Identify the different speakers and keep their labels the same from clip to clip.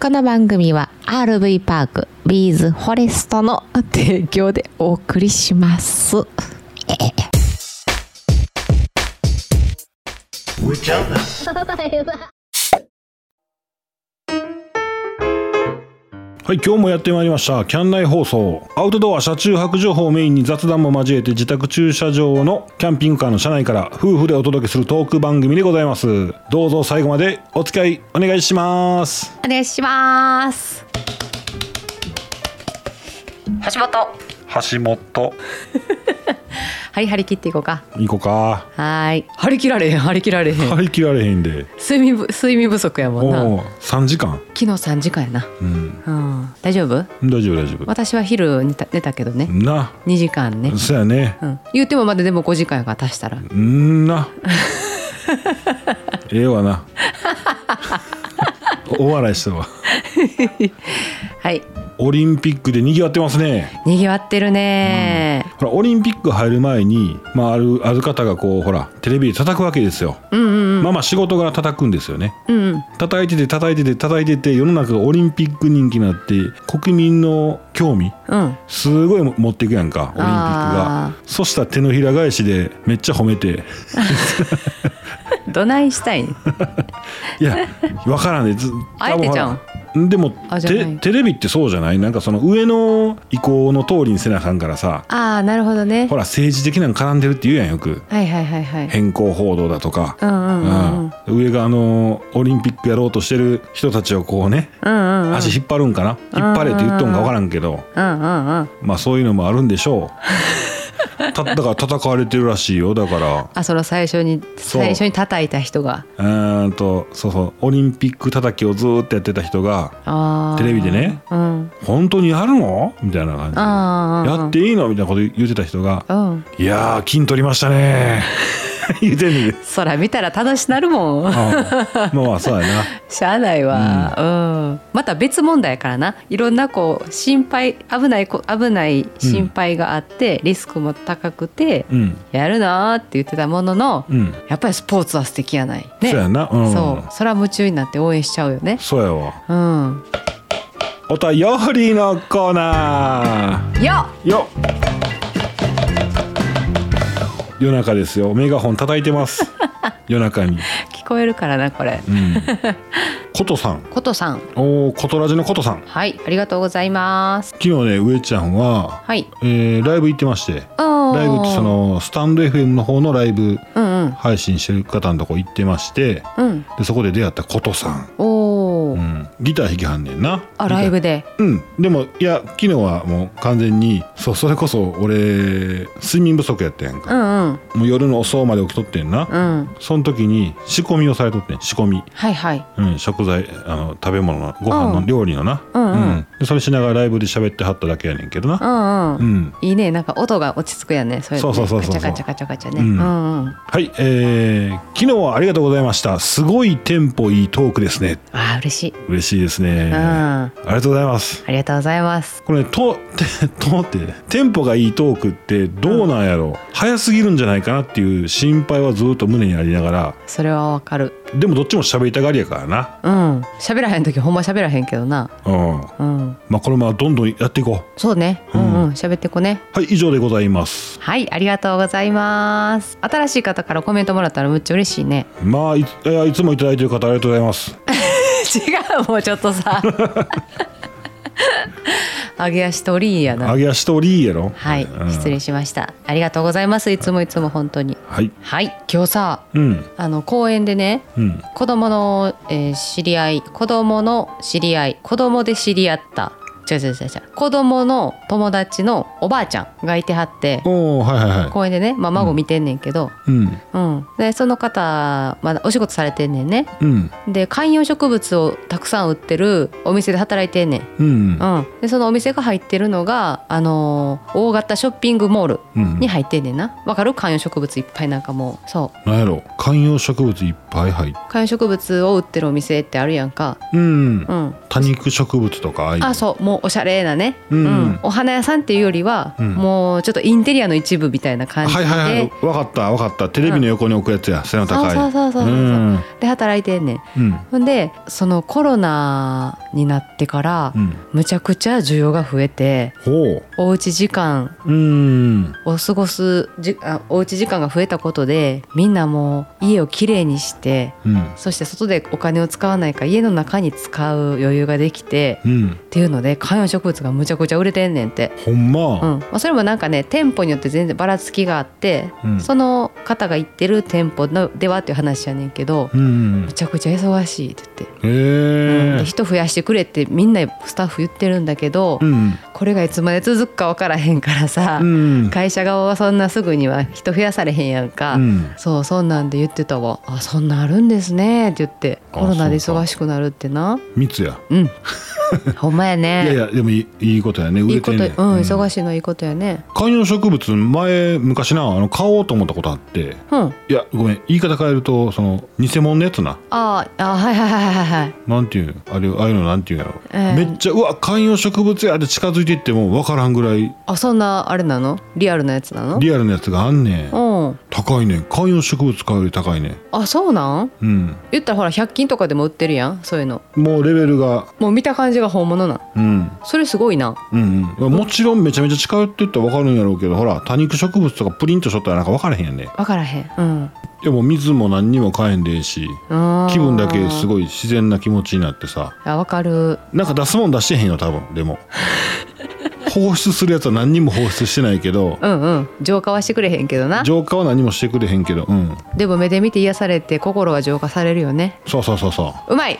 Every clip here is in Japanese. Speaker 1: この番組は RV パークビーズフォレストの提供でお送りします。
Speaker 2: はい、今日もやってまいりました。キャン内放送。アウトドア車中泊情報をメインに雑談も交えて自宅駐車場のキャンピングカーの車内から夫婦でお届けするトーク番組でございます。どうぞ最後までお付き合いお願いします。
Speaker 1: お願いします。橋本。
Speaker 2: 橋本。
Speaker 1: はい、張り切っていこうか。
Speaker 2: 行こうか。
Speaker 1: はーい。張り切られへん、張り切られへん。
Speaker 2: 張り切られへんで。
Speaker 1: 睡眠不睡眠不足やもんな。
Speaker 2: おお、3時間。
Speaker 1: 昨日三時間やな。
Speaker 2: うん。
Speaker 1: うん。大丈夫？
Speaker 2: 大丈夫大丈夫。
Speaker 1: 私は昼寝た寝たけどね。
Speaker 2: な。
Speaker 1: 二時間ね。
Speaker 2: そやね。
Speaker 1: うん。言うてもまだでも五時間が足したら。
Speaker 2: ん ーな。ええわな。お笑いしたわ。
Speaker 1: はい。
Speaker 2: オリンピックで賑わってますね。
Speaker 1: 賑わってるね。
Speaker 2: ほらオリンピック入る前に、まあ、あるある方がこうほらテレビで叩くわけですよ、
Speaker 1: うんうん
Speaker 2: まあまあ仕事が叩くんですよね
Speaker 1: うんうん。
Speaker 2: 叩いてて叩いてて叩いてて世の中がオリンピック人気になって国民の興味
Speaker 1: うん。
Speaker 2: すごい持っていくやんかオリンピック
Speaker 1: あ
Speaker 2: がそしたら手のひら返しでめっちゃ褒め て
Speaker 1: どないしたいん。
Speaker 2: いや分からんで、ず
Speaker 1: あえてじゃん
Speaker 2: 多分ほらでも
Speaker 1: あじゃない
Speaker 2: テテレビってそうじゃないなんかその上の意向の通りにせなあかんからさ
Speaker 1: ああ、なるほどね。
Speaker 2: ほら政治的なの絡んでるって言うやんよく
Speaker 1: はいはいはいはい。
Speaker 2: 変更報道だとか
Speaker 1: う、んうんうんうん。
Speaker 2: うん上があのオリンピックやろうとしてる人たちをこうね、
Speaker 1: うんうんうん。
Speaker 2: 足引っ張るんかな引っ張れって言っとんか分からんけど、
Speaker 1: うんうんうん。
Speaker 2: まあそういうのもあるんでしょ うただから叩かれてるらしいよだから
Speaker 1: あ、その最初に
Speaker 2: そう
Speaker 1: 最初に叩いた人が。
Speaker 2: うーんとそうそうオリンピック叩きをずーっとやってた人が
Speaker 1: あー
Speaker 2: テレビでね。
Speaker 1: うん。
Speaker 2: 「本当にやるの?」みたいな感
Speaker 1: ああ。
Speaker 2: じで「やっていいの?」みたいなこと言ってた人が
Speaker 1: うん。
Speaker 2: 「いやー金取りましたね」 言うてんねんけど
Speaker 1: 空見たら楽しなるもん。
Speaker 2: ああまあまあそうやな
Speaker 1: しゃあないわ、うんまた別問題やからないろんなこう心配危ないこ危ない心配があって、リスクも高くて、
Speaker 2: うん
Speaker 1: やるなーって言ってたものの、
Speaker 2: うん
Speaker 1: やっぱりスポーツは素敵やないね
Speaker 2: そうやなうん
Speaker 1: そうそれは夢中になって応援しちゃうよね
Speaker 2: そうやわ
Speaker 1: うん
Speaker 2: お便りのコーナ
Speaker 1: よ
Speaker 2: ーよっ夜中ですよメガホン叩いて ます夜中に
Speaker 1: っ聞こえるからなこれ
Speaker 2: うんことさん
Speaker 1: ことさん
Speaker 2: おおことラジのことさん
Speaker 1: はいありがとうございます
Speaker 2: 昨日ね上ちゃんは、
Speaker 1: はい
Speaker 2: えーライブ行ってましてラ
Speaker 1: ラ
Speaker 2: イブってそのスタンド FM の方のライブ
Speaker 1: うんうん
Speaker 2: 配信してる方のとこ行ってまして
Speaker 1: うん
Speaker 2: でそこで出会ったことさん、
Speaker 1: おお、
Speaker 2: うん、ギター弾きはんねんな
Speaker 1: あライブで
Speaker 2: うん、でもいや昨日はもう完全にそうそれこそ俺睡眠不足やったやん
Speaker 1: う
Speaker 2: か、
Speaker 1: んうん
Speaker 2: もう夜の遅うまで起きとってんな、
Speaker 1: うん
Speaker 2: その時に仕込みをされとってん仕込み、
Speaker 1: はいはい
Speaker 2: うん、食材あの食べ物のご飯
Speaker 1: うん
Speaker 2: の料理のな、
Speaker 1: うんうん
Speaker 2: でそれしながらライブで喋ってはっただけやねんけど
Speaker 1: う
Speaker 2: な、
Speaker 1: んうん
Speaker 2: うん
Speaker 1: いいねなんか音が落ち着くやんねそういうのね
Speaker 2: そうそうそうそう
Speaker 1: ガチャガチャガチャガチャね、う、
Speaker 2: うんん
Speaker 1: うんあ
Speaker 2: はいえー、昨日はありがとうございましたすごいテンポいいトークですね
Speaker 1: ー嬉しい、
Speaker 2: 嬉しいですね、
Speaker 1: うん
Speaker 2: あ
Speaker 1: あ
Speaker 2: りがとうございます
Speaker 1: りがとうございます
Speaker 2: これねととってテンポがいいトークってどうなんやろ、早すぎるんじゃないかなっていう心配はずっと胸にありながら
Speaker 1: それはわかる
Speaker 2: でもどっちも喋りたがりやからな
Speaker 1: うん喋らへん時ほんま喋らへんけどな
Speaker 2: うん
Speaker 1: うん
Speaker 2: まあこのままどんどんやっていこ
Speaker 1: そうねう
Speaker 2: うんん
Speaker 1: うん喋ってこね
Speaker 2: うはい以上でございます
Speaker 1: はいありがとうございます新しい方からコメントもらったらむっちゃ嬉しいね
Speaker 2: まあいいやいつもいただいてる方ありがとうございます
Speaker 1: 違うもうちょっとさ 揚げ足取りやな
Speaker 2: 揚げ足とりーやろ
Speaker 1: はい、
Speaker 2: うん
Speaker 1: 失礼しましたありがとうございますいつもいつも本当に
Speaker 2: はい
Speaker 1: はい今日さ
Speaker 2: うん
Speaker 1: あの公園でね
Speaker 2: うん
Speaker 1: 子供の、えー知り合い子供の知り合い子供で知り合った違う違う違う違う子供の友達のおばあちゃんがいてはって
Speaker 2: おおはいはいはい
Speaker 1: 公園でね、まあ、孫見てんねんけど、
Speaker 2: うん
Speaker 1: うんでその方、まだお仕事されてんねんね
Speaker 2: うん
Speaker 1: で観葉植物をたくさん売ってるお店で働いてんねん、
Speaker 2: うん
Speaker 1: うん、でそのお店が入ってるのが、あのー大型ショッピングモール
Speaker 2: うん
Speaker 1: に入ってんねんなわかる観葉植物いっぱいなんかもうそう
Speaker 2: 何やろ観葉植物いっはいはい
Speaker 1: 観葉植物を売ってるお店ってあるやんか
Speaker 2: うん
Speaker 1: うん
Speaker 2: 多肉植物とかああいう
Speaker 1: あそうもうおしゃれなね、
Speaker 2: うん
Speaker 1: お花屋さんっていうよりは、
Speaker 2: うん
Speaker 1: もうちょっとインテリアの一部みたいな感じで、
Speaker 2: はいはいはい分かった分かったテレビの横に置くやつや、背の高い
Speaker 1: そうそうそうそうそう
Speaker 2: うん
Speaker 1: で働いてんねん
Speaker 2: うん
Speaker 1: ほんでそのコロナになってから、
Speaker 2: うん
Speaker 1: むちゃくちゃ需要が増えて
Speaker 2: ほ
Speaker 1: おうち時間
Speaker 2: ううん
Speaker 1: を過ごすじあおうち時間が増えたことでみんなもう家をきれいにして
Speaker 2: うん
Speaker 1: そして外でお金を使わないから家の中に使う余裕ができて
Speaker 2: うん
Speaker 1: っていうので観葉植物がむちゃくちゃ売れてんねんって。
Speaker 2: ほんま、
Speaker 1: うんまあ、それもなんかね店舗によって全然ばらつきがあって、
Speaker 2: うん
Speaker 1: その方が行ってる店舗のではっていう話やねんけど、
Speaker 2: うん
Speaker 1: むちゃくちゃ忙しいって言って、
Speaker 2: へ
Speaker 1: うん
Speaker 2: え
Speaker 1: で人増やしてくれってみんなスタッフ言ってるんだけど、
Speaker 2: うん
Speaker 1: これがいつまで続くか分からへんからさ、
Speaker 2: うん
Speaker 1: 会社側はそんなすぐには人増やされへんやんか、
Speaker 2: うん
Speaker 1: そうそんなんで言ってたわあそんなんあるんですねって言って
Speaker 2: あ
Speaker 1: コロナで
Speaker 2: そうか
Speaker 1: 忙しくなるってな
Speaker 2: 密や
Speaker 1: うん ほんまや
Speaker 2: い
Speaker 1: ね
Speaker 2: やいやでもいいいいことやね売
Speaker 1: い
Speaker 2: れ
Speaker 1: い
Speaker 2: て
Speaker 1: こ
Speaker 2: ん
Speaker 1: と
Speaker 2: ね
Speaker 1: うんん、忙しいのはいいことやね
Speaker 2: 観葉植物前昔なあの買おうと思ったことあって
Speaker 1: うん
Speaker 2: いやごめん言い方変えるとその偽物のやつな
Speaker 1: あーあーはいはいはいはいはい
Speaker 2: なんていうあれああいうのなんていうんやろ、
Speaker 1: えー
Speaker 2: めっちゃうわ観葉植物やって近づいていっても分からんぐらい
Speaker 1: あそんなあれなのリアルなやつなの
Speaker 2: リアルなやつがあんねん
Speaker 1: うん
Speaker 2: 高いねん観葉植物買うより高いねん
Speaker 1: あそうなん
Speaker 2: うん
Speaker 1: 言ったらほら100均とかでも売ってるやんそういうの
Speaker 2: もうレベルが
Speaker 1: もう見た感じが本物なん
Speaker 2: うん
Speaker 1: それすごいな
Speaker 2: うんうんもちろんめちゃめちゃ近寄っていったら分かるんやろうけどほら多肉植物とかプリンとしとったらなんか分からへんやんね
Speaker 1: 分からへんうん
Speaker 2: でも水も何にも買えんでええし気
Speaker 1: 気
Speaker 2: 分だけす
Speaker 1: い
Speaker 2: ごい自然な気持ちになってさ
Speaker 1: あ分かる
Speaker 2: なんか出すもん出してへんよ多分でも 放出するやつは何にも放出してないけど
Speaker 1: うんうん浄化はしてくれへんけどな
Speaker 2: 浄化は何もしてくれへんけどうん
Speaker 1: でも目で見て癒されて心は浄化されるよね
Speaker 2: そうそうそうそう
Speaker 1: う まい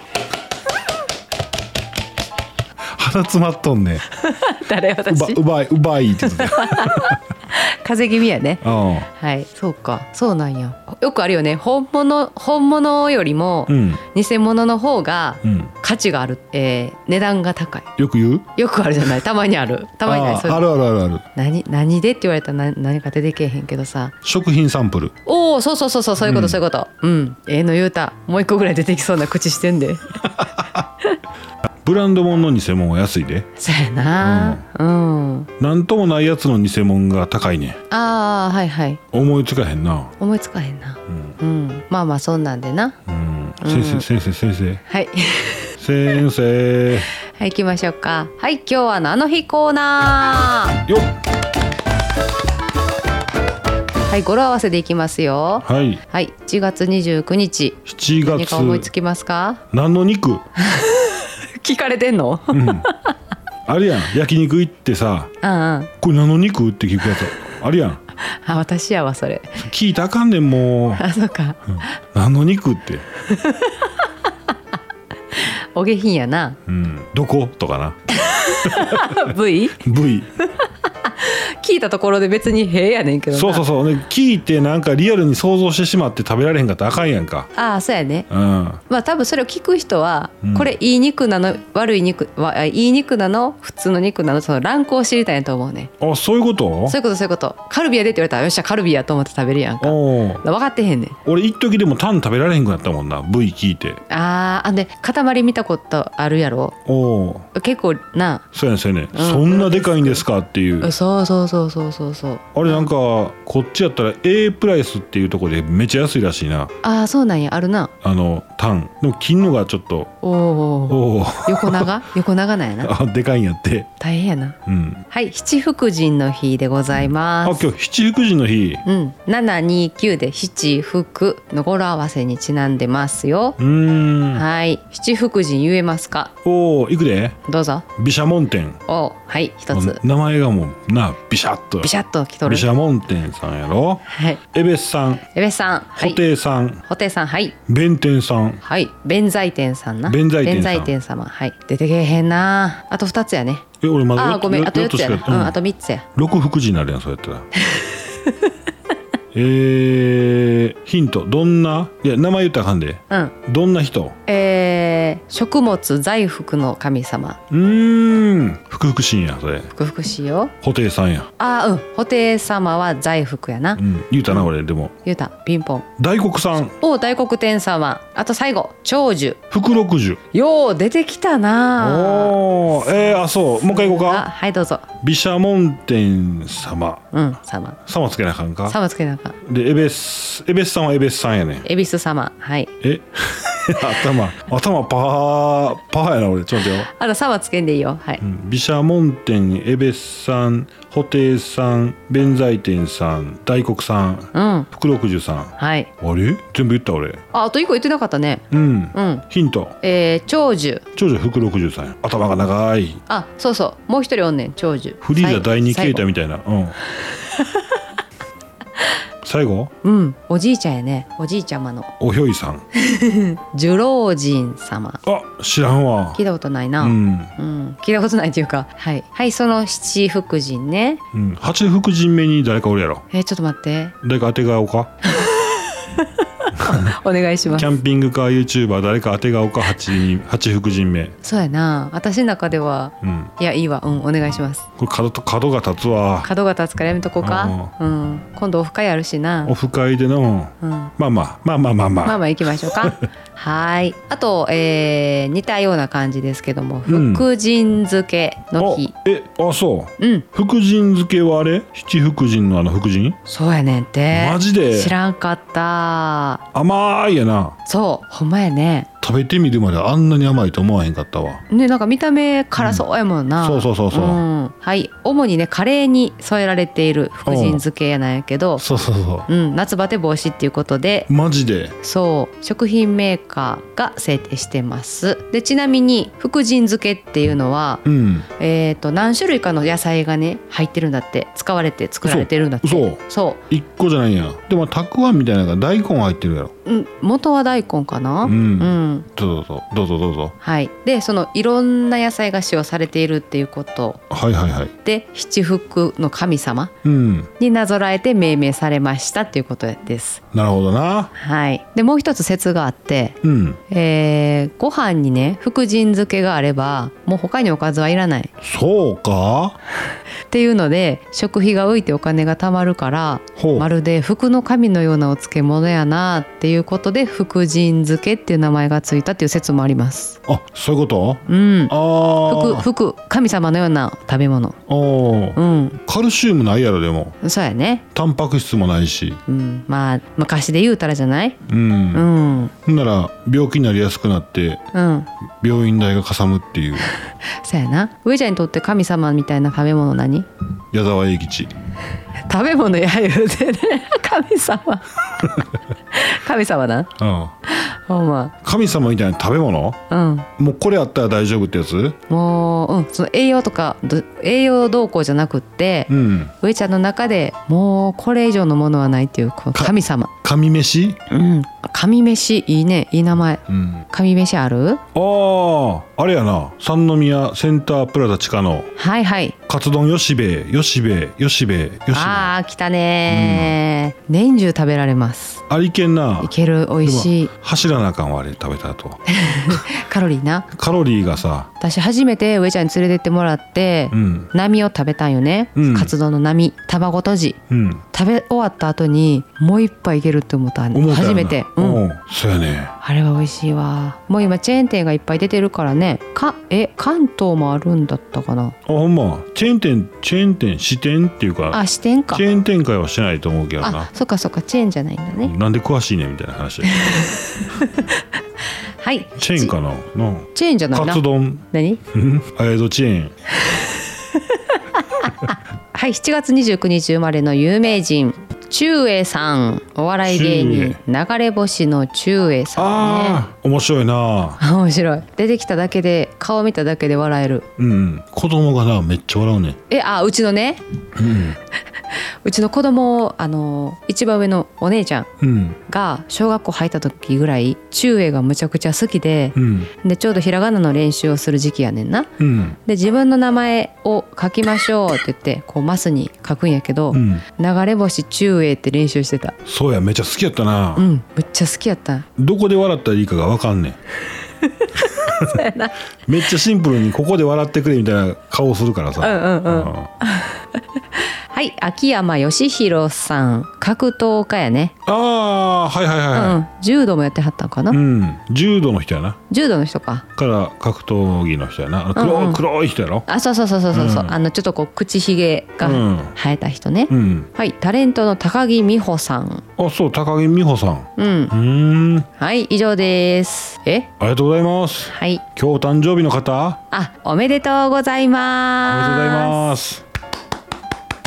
Speaker 2: 鼻詰まっと んね
Speaker 1: 誰
Speaker 2: うば
Speaker 1: 私
Speaker 2: うばいうばいって言ってた
Speaker 1: 風邪気味やね
Speaker 2: うん
Speaker 1: はいそうかそうなんやよくあるよね本物本物よりも
Speaker 2: うん
Speaker 1: 偽物の方が
Speaker 2: うん
Speaker 1: 価値がある、えー値段が高い
Speaker 2: よく言う
Speaker 1: よくあるじゃないたまにあるたまにない
Speaker 2: あ
Speaker 1: そう
Speaker 2: ー
Speaker 1: いうの
Speaker 2: あるあるあるある
Speaker 1: 何何でって言われたら何何か出てけえへんけどさ
Speaker 2: 食品サンプル
Speaker 1: おおそうそうそうそうそういうこと、
Speaker 2: うん
Speaker 1: そういうことうんええの言うたもう一個ぐらい出てきそうな口してんで
Speaker 2: ブランド物の偽物は安いで
Speaker 1: そうやなうん、
Speaker 2: なんともないやつの偽物が高いね
Speaker 1: ああはいはい
Speaker 2: 思いつかへんな
Speaker 1: 思いつかへんな
Speaker 2: うん、
Speaker 1: うんまあまあそんなんでな
Speaker 2: うん、先生先生先生
Speaker 1: はい
Speaker 2: 先生
Speaker 1: はい行きましょうかはい今日はのあの日コーナ
Speaker 2: よっ
Speaker 1: ーはい語呂合わせでいきますよ
Speaker 2: はい
Speaker 1: はい1月29日
Speaker 2: 7
Speaker 1: 何か思いつ
Speaker 2: 月
Speaker 1: きますか
Speaker 2: 何の肉
Speaker 1: 聞かれてんのうん
Speaker 2: うんあるやん焼肉行ってさ
Speaker 1: うんあ
Speaker 2: 「これ何の肉?」って聞くやつあるやん
Speaker 1: 私やわそれ
Speaker 2: 聞いたらあかんね んもう
Speaker 1: あそうか
Speaker 2: 「何の肉?」って
Speaker 1: お下品やな
Speaker 2: 「うん、どこ?」とかな
Speaker 1: V
Speaker 2: 部位
Speaker 1: 聞いたところで別にへえやねんけどな
Speaker 2: そうそうそう、ね、聞いてなんかリアルに想像してしまって食べられへんかったらあかんやんか
Speaker 1: ああそうやね
Speaker 2: うん
Speaker 1: まあ多分それを聞く人は、
Speaker 2: うん
Speaker 1: これいい肉なの悪い肉はいい肉なの普通の肉なのそのランクを知りたいと思うね
Speaker 2: あそういうこと
Speaker 1: そういうことそういうことカルビやでって言われたらよっしゃカルビやと思って食べるやんか
Speaker 2: おー
Speaker 1: 分かってへんねん
Speaker 2: 俺一時でもタン食べられへんくなったもんな部位聞いて
Speaker 1: あーあで塊見たことあるやろ
Speaker 2: おお
Speaker 1: 結構な
Speaker 2: そうやねそうやね、
Speaker 1: ん
Speaker 2: そんなでかいんですかっていう
Speaker 1: そうそうそうそうそうそう
Speaker 2: あれなんかこっちやったら A プライスっていうとこでめっちゃ安いらしいな
Speaker 1: ああそうなんやあるな
Speaker 2: あのタンでも切んのがちょっと
Speaker 1: おお
Speaker 2: おお
Speaker 1: 横長横長なんやな
Speaker 2: あでかいんやって
Speaker 1: 大変やな
Speaker 2: うん
Speaker 1: はい七福神の日でございます
Speaker 2: あ今日七福神の日
Speaker 1: うん、729で七福の語呂合わせにちなんでますよ
Speaker 2: う。ーん
Speaker 1: はい、七福神言えますか。
Speaker 2: おおいくで
Speaker 1: どうぞ。
Speaker 2: 毘沙門天
Speaker 1: お、はい、一つ。
Speaker 2: 名前がもうなビシャッと
Speaker 1: ビシャッときと
Speaker 2: 毘
Speaker 1: る。
Speaker 2: 沙門天さんやろ
Speaker 1: はい。
Speaker 2: エベスさん
Speaker 1: エベさん。は
Speaker 2: 布
Speaker 1: い。
Speaker 2: 袋さん
Speaker 1: ホテさん、はい。
Speaker 2: 弁天さん
Speaker 1: はい。弁財天さんな。
Speaker 2: 弁財天さん
Speaker 1: 様。はい。出てけえへんな。あと二つやね。
Speaker 2: え俺まだ
Speaker 1: あ
Speaker 2: えー、ヒントどんないや名前言ったらあかんで
Speaker 1: うん
Speaker 2: どんな人
Speaker 1: えー、食物財福の神様
Speaker 2: うーん福々神やそれ
Speaker 1: 福福しよう
Speaker 2: 布袋さんや
Speaker 1: あーうん布袋様は財福やな、
Speaker 2: うん言うたな俺でも
Speaker 1: 言うたピンポン
Speaker 2: 大黒さん
Speaker 1: お大黒天様あと最後長寿
Speaker 2: 福六十
Speaker 1: よう出てきたな
Speaker 2: おーえー、あそうもう一回行こう
Speaker 1: あ
Speaker 2: か
Speaker 1: はいどうぞ
Speaker 2: 毘沙門天様
Speaker 1: うん様
Speaker 2: 様つけなあかんか
Speaker 1: 様つけなあかん
Speaker 2: でエベスエベスさんはエベスさんやねん
Speaker 1: 恵比寿様はい
Speaker 2: え頭頭パーパーやな俺ちょっと待ってよ
Speaker 1: あと様つけんでいいよはい、
Speaker 2: うん毘沙門天エベスさん布袋さん弁財天さん大黒さん
Speaker 1: うん
Speaker 2: 福六十さん
Speaker 1: はい
Speaker 2: あれ全部言った俺
Speaker 1: ああと一個言ってなかったね
Speaker 2: うん
Speaker 1: うん
Speaker 2: ヒント
Speaker 1: えー、長寿
Speaker 2: 長女福六十さんや頭が長い
Speaker 1: あそうそうもう一人おんねん長寿
Speaker 2: フリーザ第二形態
Speaker 1: み
Speaker 2: みたいなうん最後
Speaker 1: うんおじいちゃんやねおじいちゃまの
Speaker 2: おひょいさん
Speaker 1: 寿老人様
Speaker 2: あ知らんわ
Speaker 1: 聞いたことないな、う
Speaker 2: う
Speaker 1: ん
Speaker 2: ん、
Speaker 1: 聞いたことないというかはい、はい、その七福神ね
Speaker 2: うん、八福神目に誰かおるやろ
Speaker 1: えー、ちょっと待って
Speaker 2: 誰か当てがおうか
Speaker 1: お願いしま
Speaker 2: キ
Speaker 1: す
Speaker 2: ャンピングカー YouTuber 誰か当てがおうか八人八福神目
Speaker 1: そうやな私の中では
Speaker 2: うん
Speaker 1: いやいいわうんお願いします
Speaker 2: これ角と角が立つわ
Speaker 1: 角が立つからやめとこうかうん今度オフ会あるしな
Speaker 2: オフ会での
Speaker 1: うんま
Speaker 2: まあまあまあまあまあまあ、
Speaker 1: あまあ行きましょう かはーいあと、えー、似たような感じですけども
Speaker 2: うん
Speaker 1: 福神漬けの日
Speaker 2: あえあそう
Speaker 1: うん、
Speaker 2: 福神漬けはあれ七福神のあの福神
Speaker 1: そうやねんて
Speaker 2: マジで
Speaker 1: 知らんかった
Speaker 2: 甘いやな
Speaker 1: そうほんまやね
Speaker 2: 食べてみるまであんなに甘いと思わへんかったわ
Speaker 1: ねなんか見た目辛そうやもんな、
Speaker 2: そうそうそうそう、
Speaker 1: んはい主にねカレーに添えられている福神漬けやなんやけど
Speaker 2: そうそうそ
Speaker 1: うん、夏バテ防止っていうことで
Speaker 2: うマジで
Speaker 1: そう食品メーカーが制定してますでちなみに福神漬けっていうのは、
Speaker 2: うん
Speaker 1: えー、と何種類かの野菜がね入ってるんだって使われて作られてるんだって
Speaker 2: 嘘
Speaker 1: そ
Speaker 2: 一個じゃないんやでもたくあんみたいなのが大根入ってるやろ
Speaker 1: う、うん、元は大根かな、
Speaker 2: う、
Speaker 1: うんん、
Speaker 2: どうぞどうぞどうぞどうぞ
Speaker 1: はい、でそのいろんな野菜が使用されているっていうこと
Speaker 2: はいはいはい
Speaker 1: で七福の神様
Speaker 2: うん
Speaker 1: になぞらえて命名されましたっていうことです。
Speaker 2: なるほどな
Speaker 1: はい、でもう一つ説があって、
Speaker 2: うん
Speaker 1: えーご飯にね福神漬けがあればもう他におかずはいらない
Speaker 2: そうか
Speaker 1: っていうので食費が浮いてお金が貯まるから
Speaker 2: ほう
Speaker 1: まるで福の神のようなお漬物やなっていうことで福神漬けっていう名前がついたっていう説もあります。
Speaker 2: あそういうこと
Speaker 1: うん
Speaker 2: あ
Speaker 1: 福
Speaker 2: ー
Speaker 1: 福神様のような食べ物
Speaker 2: おー
Speaker 1: うん
Speaker 2: カルシウムないやろでも
Speaker 1: そうやね
Speaker 2: タンパク質もないし
Speaker 1: うん、まあ昔で言うたらじゃない
Speaker 2: うん
Speaker 1: うん、うん、
Speaker 2: ほんなら病気になりやすくなって病院代がかさむっていう
Speaker 1: そうやな上ちゃんにとって神様みたいな食べ物何
Speaker 2: 矢沢永吉
Speaker 1: 食べ物や言うてね神 様神様な
Speaker 2: うん
Speaker 1: ほんま
Speaker 2: 神様みたいな食べ物
Speaker 1: うん
Speaker 2: もうこれあったら大丈夫ってやつ
Speaker 1: もう、うん、その栄養とかど栄養動向じゃなくって、
Speaker 2: うん
Speaker 1: 上ちゃんの中でもうこれ以上のものはないっていうこの
Speaker 2: か
Speaker 1: 神様
Speaker 2: 神飯
Speaker 1: うん神飯いいねいい名前
Speaker 2: うん
Speaker 1: 神飯ある
Speaker 2: あああれやな三宮センタープラザ地下の
Speaker 1: はいはい
Speaker 2: カツ丼よしべえよしべえよしべえよしべえ
Speaker 1: ああ来たねー、年中食べられます
Speaker 2: ありけんない
Speaker 1: ける美味しい
Speaker 2: でも走らなあかんわあれ食べ た後
Speaker 1: カロリーな
Speaker 2: カロリーがさ
Speaker 1: 私初めて上ちゃんに連れてってもらって、
Speaker 2: うん
Speaker 1: 波を食べたんよね、
Speaker 2: うん
Speaker 1: カツ丼の波卵とじ
Speaker 2: うん
Speaker 1: 食べ終わった後にもう一杯いけるって思った
Speaker 2: 思ったよ
Speaker 1: 初
Speaker 2: な
Speaker 1: めて、
Speaker 2: う
Speaker 1: うん
Speaker 2: ん、そうやね
Speaker 1: あれは美味しいわもう今チェーン店がいっぱい出てるからねかえ関東もあるんだったかな
Speaker 2: あほんまチェーン店チェーン店支店っていうか
Speaker 1: あ支店か
Speaker 2: チェーン展開はしてないと思うけど
Speaker 1: あ
Speaker 2: な、
Speaker 1: そっかそっかチェーンじゃないんだね、
Speaker 2: なんで詳しいねみたいな 話だよ
Speaker 1: はい
Speaker 2: チェー ンかなの
Speaker 1: チェーンじゃない
Speaker 2: カ
Speaker 1: な
Speaker 2: ツ丼
Speaker 1: 何
Speaker 2: うんあえどチェーン
Speaker 1: はい7月29日生まれの有名人中英さんお笑い芸人流れ星の中英さんね
Speaker 2: ああ面白いな
Speaker 1: 面白い出てきただけで顔見ただけで笑える
Speaker 2: うん子供がなめっちゃ笑うね
Speaker 1: えあうちのね
Speaker 2: うん
Speaker 1: うちの子供あの一番上のお姉ちゃん
Speaker 2: うん
Speaker 1: が小学校入った時ぐらい中英がむちゃくちゃ好きで
Speaker 2: うん
Speaker 1: でちょうどひらがなの練習をする時期やねんな。
Speaker 2: うん
Speaker 1: で自分の名前を書きましょうって言ってこうマスに書くんやけど、
Speaker 2: うん
Speaker 1: 流れ星中英って練習してた
Speaker 2: そうやめっちゃ好きやったな
Speaker 1: う、んむっちゃ好きやった
Speaker 2: どこで笑ったらいいかがわか んねんめっちゃシンプルにここで笑ってくれみたいな顔するからさ、
Speaker 1: うんうんうん
Speaker 2: あ
Speaker 1: はい秋山義弘さん格闘家やね、
Speaker 2: あーはいはいはいは
Speaker 1: うん柔道もやってはったんかな、
Speaker 2: い、うん、柔道の人やな
Speaker 1: 柔道の人か
Speaker 2: から格闘技の人やなあの黒,、
Speaker 1: うんうん
Speaker 2: 黒い人やろ
Speaker 1: あそうそうそうそうそう、う
Speaker 2: うん
Speaker 1: あのちょっとこう口ひげが
Speaker 2: うん
Speaker 1: 生えた人ね、
Speaker 2: うん
Speaker 1: はいタレントの高木美帆さん
Speaker 2: あそう高木美帆さん
Speaker 1: うん
Speaker 2: うーん
Speaker 1: はい以上ですえ
Speaker 2: ありがとうございます
Speaker 1: はい
Speaker 2: 今日誕生日の方
Speaker 1: あおめでとうござい
Speaker 2: おめでとうござい
Speaker 1: ま
Speaker 2: ます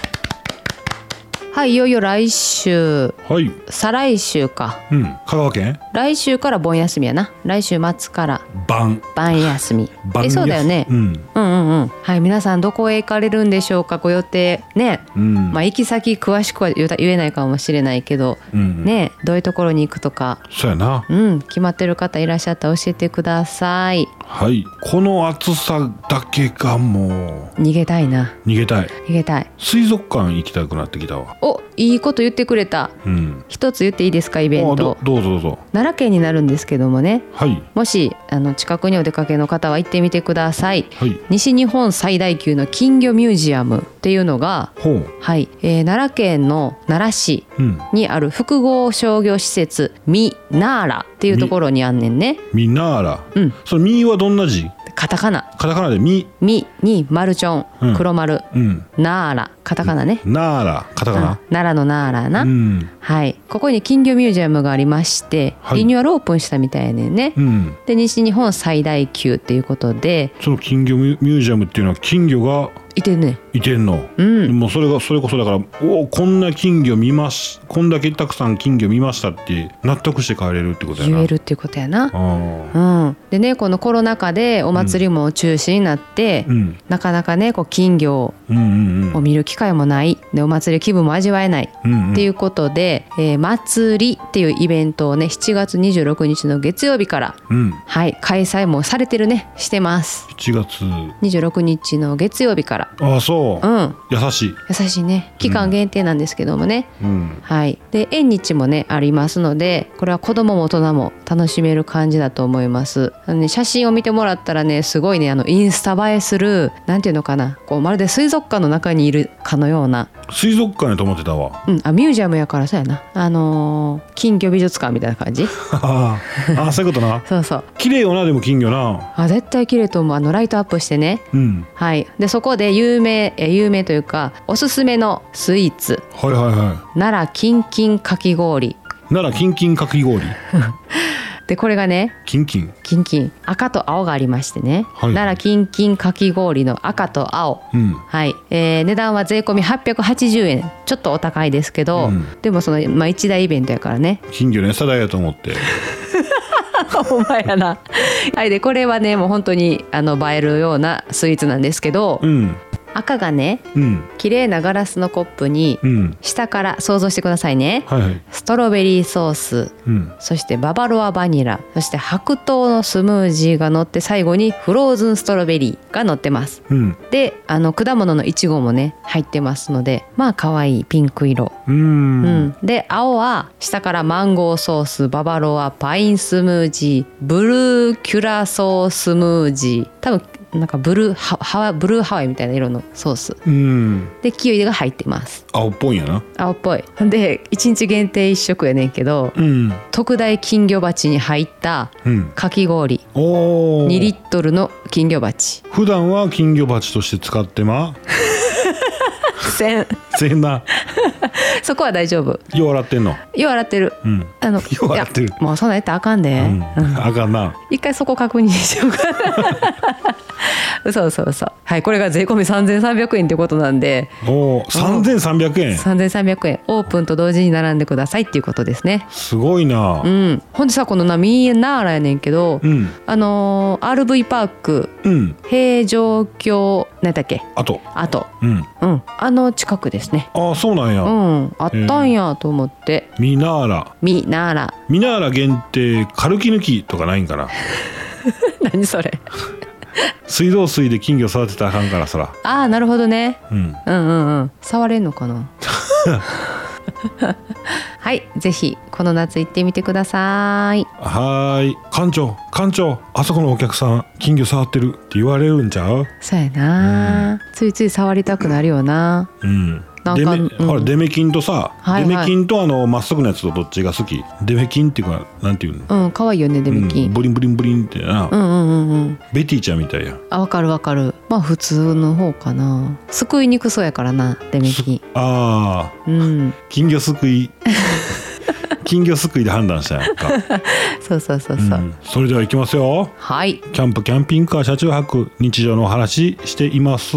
Speaker 1: すはいいよいよ来週
Speaker 2: はい
Speaker 1: 再来週か
Speaker 2: うん香川県
Speaker 1: 来週から盆休みやな来週末から
Speaker 2: 晩
Speaker 1: 晩休み
Speaker 2: 晩
Speaker 1: えそうだよね
Speaker 2: 休うん
Speaker 1: うんうんうんはい皆さんどこへ行かれるんでしょうかご予定ね
Speaker 2: うん、
Speaker 1: まあ行き先詳しくは言うた言えないかもしれないけど
Speaker 2: うん、
Speaker 1: ねどういうところに行くとか
Speaker 2: そうやな
Speaker 1: うん決まってる方いらっしゃったら教えてください
Speaker 2: はいこの暑さだけがも
Speaker 1: 逃げたいな
Speaker 2: う逃げたい
Speaker 1: 逃げたい
Speaker 2: 水族館行きたくなってきたわ
Speaker 1: おいいこと言ってくれた
Speaker 2: うん
Speaker 1: 一つ言っていいですかイベ
Speaker 2: あ
Speaker 1: ン
Speaker 2: ど
Speaker 1: ト
Speaker 2: どうぞどうぞ
Speaker 1: 奈良県になるんですけどもね
Speaker 2: はい
Speaker 1: もしあの近くにお出かけの方は行ってみてください
Speaker 2: はい
Speaker 1: 西日本最大級の金魚ミュージアムっていうのが、
Speaker 2: ほう
Speaker 1: はいえー奈良県の奈良市
Speaker 2: うん
Speaker 1: にある複合商業施設ミナーラっていうところにあんねんね。
Speaker 2: ミナーラ
Speaker 1: うん、
Speaker 2: そのミはどんな字
Speaker 1: カタカナ
Speaker 2: カタカナでミ
Speaker 1: ミにマルチ
Speaker 2: う
Speaker 1: ョ
Speaker 2: ん
Speaker 1: ン黒丸、
Speaker 2: うん
Speaker 1: ナーラカタカナね、
Speaker 2: ナーラカタ
Speaker 1: う
Speaker 2: カ
Speaker 1: ん
Speaker 2: ナ、
Speaker 1: 奈良のナーラな、
Speaker 2: うん
Speaker 1: はいここに金魚ミュージアムがありまして、
Speaker 2: はい
Speaker 1: リニューアルオープンしたみたいやねんね、
Speaker 2: うん
Speaker 1: で西日本最大級っていうことで
Speaker 2: その金魚ミュミュージアムっていうのは金魚が
Speaker 1: いてんね
Speaker 2: いてんの、
Speaker 1: うん
Speaker 2: もうそれがそれこそだからおおこんな金魚見ましこんだけたくさん金魚見ましたって納得して帰れるってことやな
Speaker 1: 言えるっていうことやな、
Speaker 2: ああ
Speaker 1: うん、でねこのコロナ禍でお祭りも中止になって、
Speaker 2: うん
Speaker 1: なかなかねこう金魚
Speaker 2: うんうんう
Speaker 1: を
Speaker 2: ん
Speaker 1: 見る機会もないでお祭り気分も味わえない
Speaker 2: うん
Speaker 1: っていうことで、えー祭りっていうイベントをね7月26日の月曜日から
Speaker 2: うん
Speaker 1: はい開催もされてるねしてます
Speaker 2: 7月
Speaker 1: 26日の月曜日から
Speaker 2: ああそううん優しい
Speaker 1: 優しいね期間限定なんですけどもね、
Speaker 2: うん
Speaker 1: はいで縁日もねありますのでこれは子供も大人も楽しめる感じだと思いますあの、ね、写真を見てもらったらねすごいねあのインスタ映えするなんていうのかなこうまるで水族館の中にいるかのような
Speaker 2: 水族館やと思ってたわ
Speaker 1: うん、あミュージアムやからそうやなあのー金魚美術館みたいな感じ
Speaker 2: ああそういうことな
Speaker 1: そうそう
Speaker 2: 綺麗よなでも金魚な
Speaker 1: あ絶対綺麗と思うあのライトアップしてね
Speaker 2: うん
Speaker 1: はいでそこで有名え有名というかおすすめのスイーツ
Speaker 2: はいはいは
Speaker 1: 奈良キンキンかき氷
Speaker 2: いならキンキンかき氷
Speaker 1: でこれがね
Speaker 2: キンキン
Speaker 1: キンキン赤と青がありましてね、
Speaker 2: はい
Speaker 1: 奈良キンキンかき氷の赤と青
Speaker 2: うん
Speaker 1: はいえー値段は税込み880円ちょっとお高いですけど、
Speaker 2: うん
Speaker 1: でもその、まあ、一大イベントやからね
Speaker 2: 金魚の餌代やと思って
Speaker 1: お前やな。はいでこれはねもう本当にあの映えるようなスイーツなんですけど、
Speaker 2: うん
Speaker 1: 赤がね
Speaker 2: うん
Speaker 1: 綺麗なガラスのコップに
Speaker 2: うん
Speaker 1: 下から想像してくださいね。
Speaker 2: はいはい
Speaker 1: ストロベリーソース
Speaker 2: うん
Speaker 1: そしてババロアバニラそして白桃のスムージーが乗って最後にフローズンストロベリーが乗ってます
Speaker 2: うん
Speaker 1: であの果物のいちごもね入ってますのでまあ可愛いピンク色
Speaker 2: う
Speaker 1: うんん、で青は下からマンゴーソースババロアパインスムージーブルーキュラソースムージー多分なんかブルーハハワイブルーハワイみたいな色のソース
Speaker 2: うん
Speaker 1: でキウイが入ってます
Speaker 2: 青っぽいんやな
Speaker 1: 青っぽいで1日限定1食やねんけど
Speaker 2: うん
Speaker 1: 特大金魚鉢に入った
Speaker 2: うん
Speaker 1: かき氷
Speaker 2: おお
Speaker 1: 2リットルの金魚鉢
Speaker 2: 普段は金魚鉢として使ってま
Speaker 1: せん
Speaker 2: せんな
Speaker 1: そこは大丈夫
Speaker 2: よう笑ってんの
Speaker 1: よう洗ってる
Speaker 2: うん
Speaker 1: あの
Speaker 2: よう洗ってる
Speaker 1: いやもうそんなんやったらあかんで、
Speaker 2: う
Speaker 1: うんん
Speaker 2: あかんな
Speaker 1: 一回そこ確認しようか そうそうそうはいこれが税込み3300円ってことなんで
Speaker 2: おお3300円
Speaker 1: 3300円オープンと同時に並んでくださいっていうことですね
Speaker 2: すごいな
Speaker 1: うんほんでさこのなミーナーラやねんけど、
Speaker 2: うん
Speaker 1: あのー RV パーク
Speaker 2: うん
Speaker 1: 平城京何だっけ
Speaker 2: あと
Speaker 1: あと
Speaker 2: うん
Speaker 1: うんあの近くですね
Speaker 2: ああそうなんや、
Speaker 1: うんあったんやと思って
Speaker 2: ミナーラ
Speaker 1: ミーナーラ
Speaker 2: ミナーラ限定カルキ抜きとかないんかな
Speaker 1: 何それ
Speaker 2: 水道水で金魚育てたらあかんからそら
Speaker 1: ああなるほどね
Speaker 2: うん
Speaker 1: うんうんうん触れんのか なはいぜひこの夏行ってみてください
Speaker 2: はーい館長館長あそこのお客さん金魚触ってるって言われるんちゃう
Speaker 1: そうやな、ついつい触りたくなるよな
Speaker 2: うん
Speaker 1: なんか
Speaker 2: デメ、
Speaker 1: うん
Speaker 2: あれデメキンとさ、
Speaker 1: はいはい
Speaker 2: デメキンとあのまっすぐのやつとどっちが好きデメキンっていうかなんていうの
Speaker 1: うん可愛いよねデミキ
Speaker 2: うん
Speaker 1: ン、
Speaker 2: ブリンブリンブリンってな、
Speaker 1: うん、うんうんうん
Speaker 2: ベティちゃんみたいや
Speaker 1: あわかるわかるまあ普通の方かな救いにくそうやからなデメキン
Speaker 2: あー
Speaker 1: うん
Speaker 2: 金魚すくい金魚すくいで判断したんやんか、
Speaker 1: そうそうそうそう、
Speaker 2: うんそれではいきますよ
Speaker 1: はい
Speaker 2: キャンプキャンピングカー車中泊日常のお話しています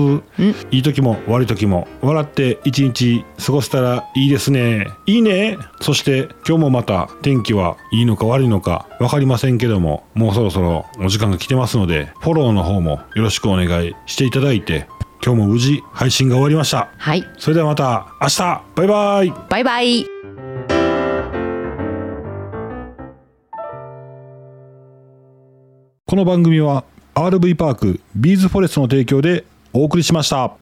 Speaker 2: いい時も悪い時も笑って一日過ごせたらいいですねいいねそして今日もまた天気はいいのか悪いのか分かりませんけどももうそろそろお時間が来てますのでフォローの方もよろしくお願いしていただいて今日も無事配信が終わりました
Speaker 1: はい
Speaker 2: それではまた明日バイバイ
Speaker 1: バイバイ
Speaker 2: この番組は RV パークビーズフォレストの提供でお送りしました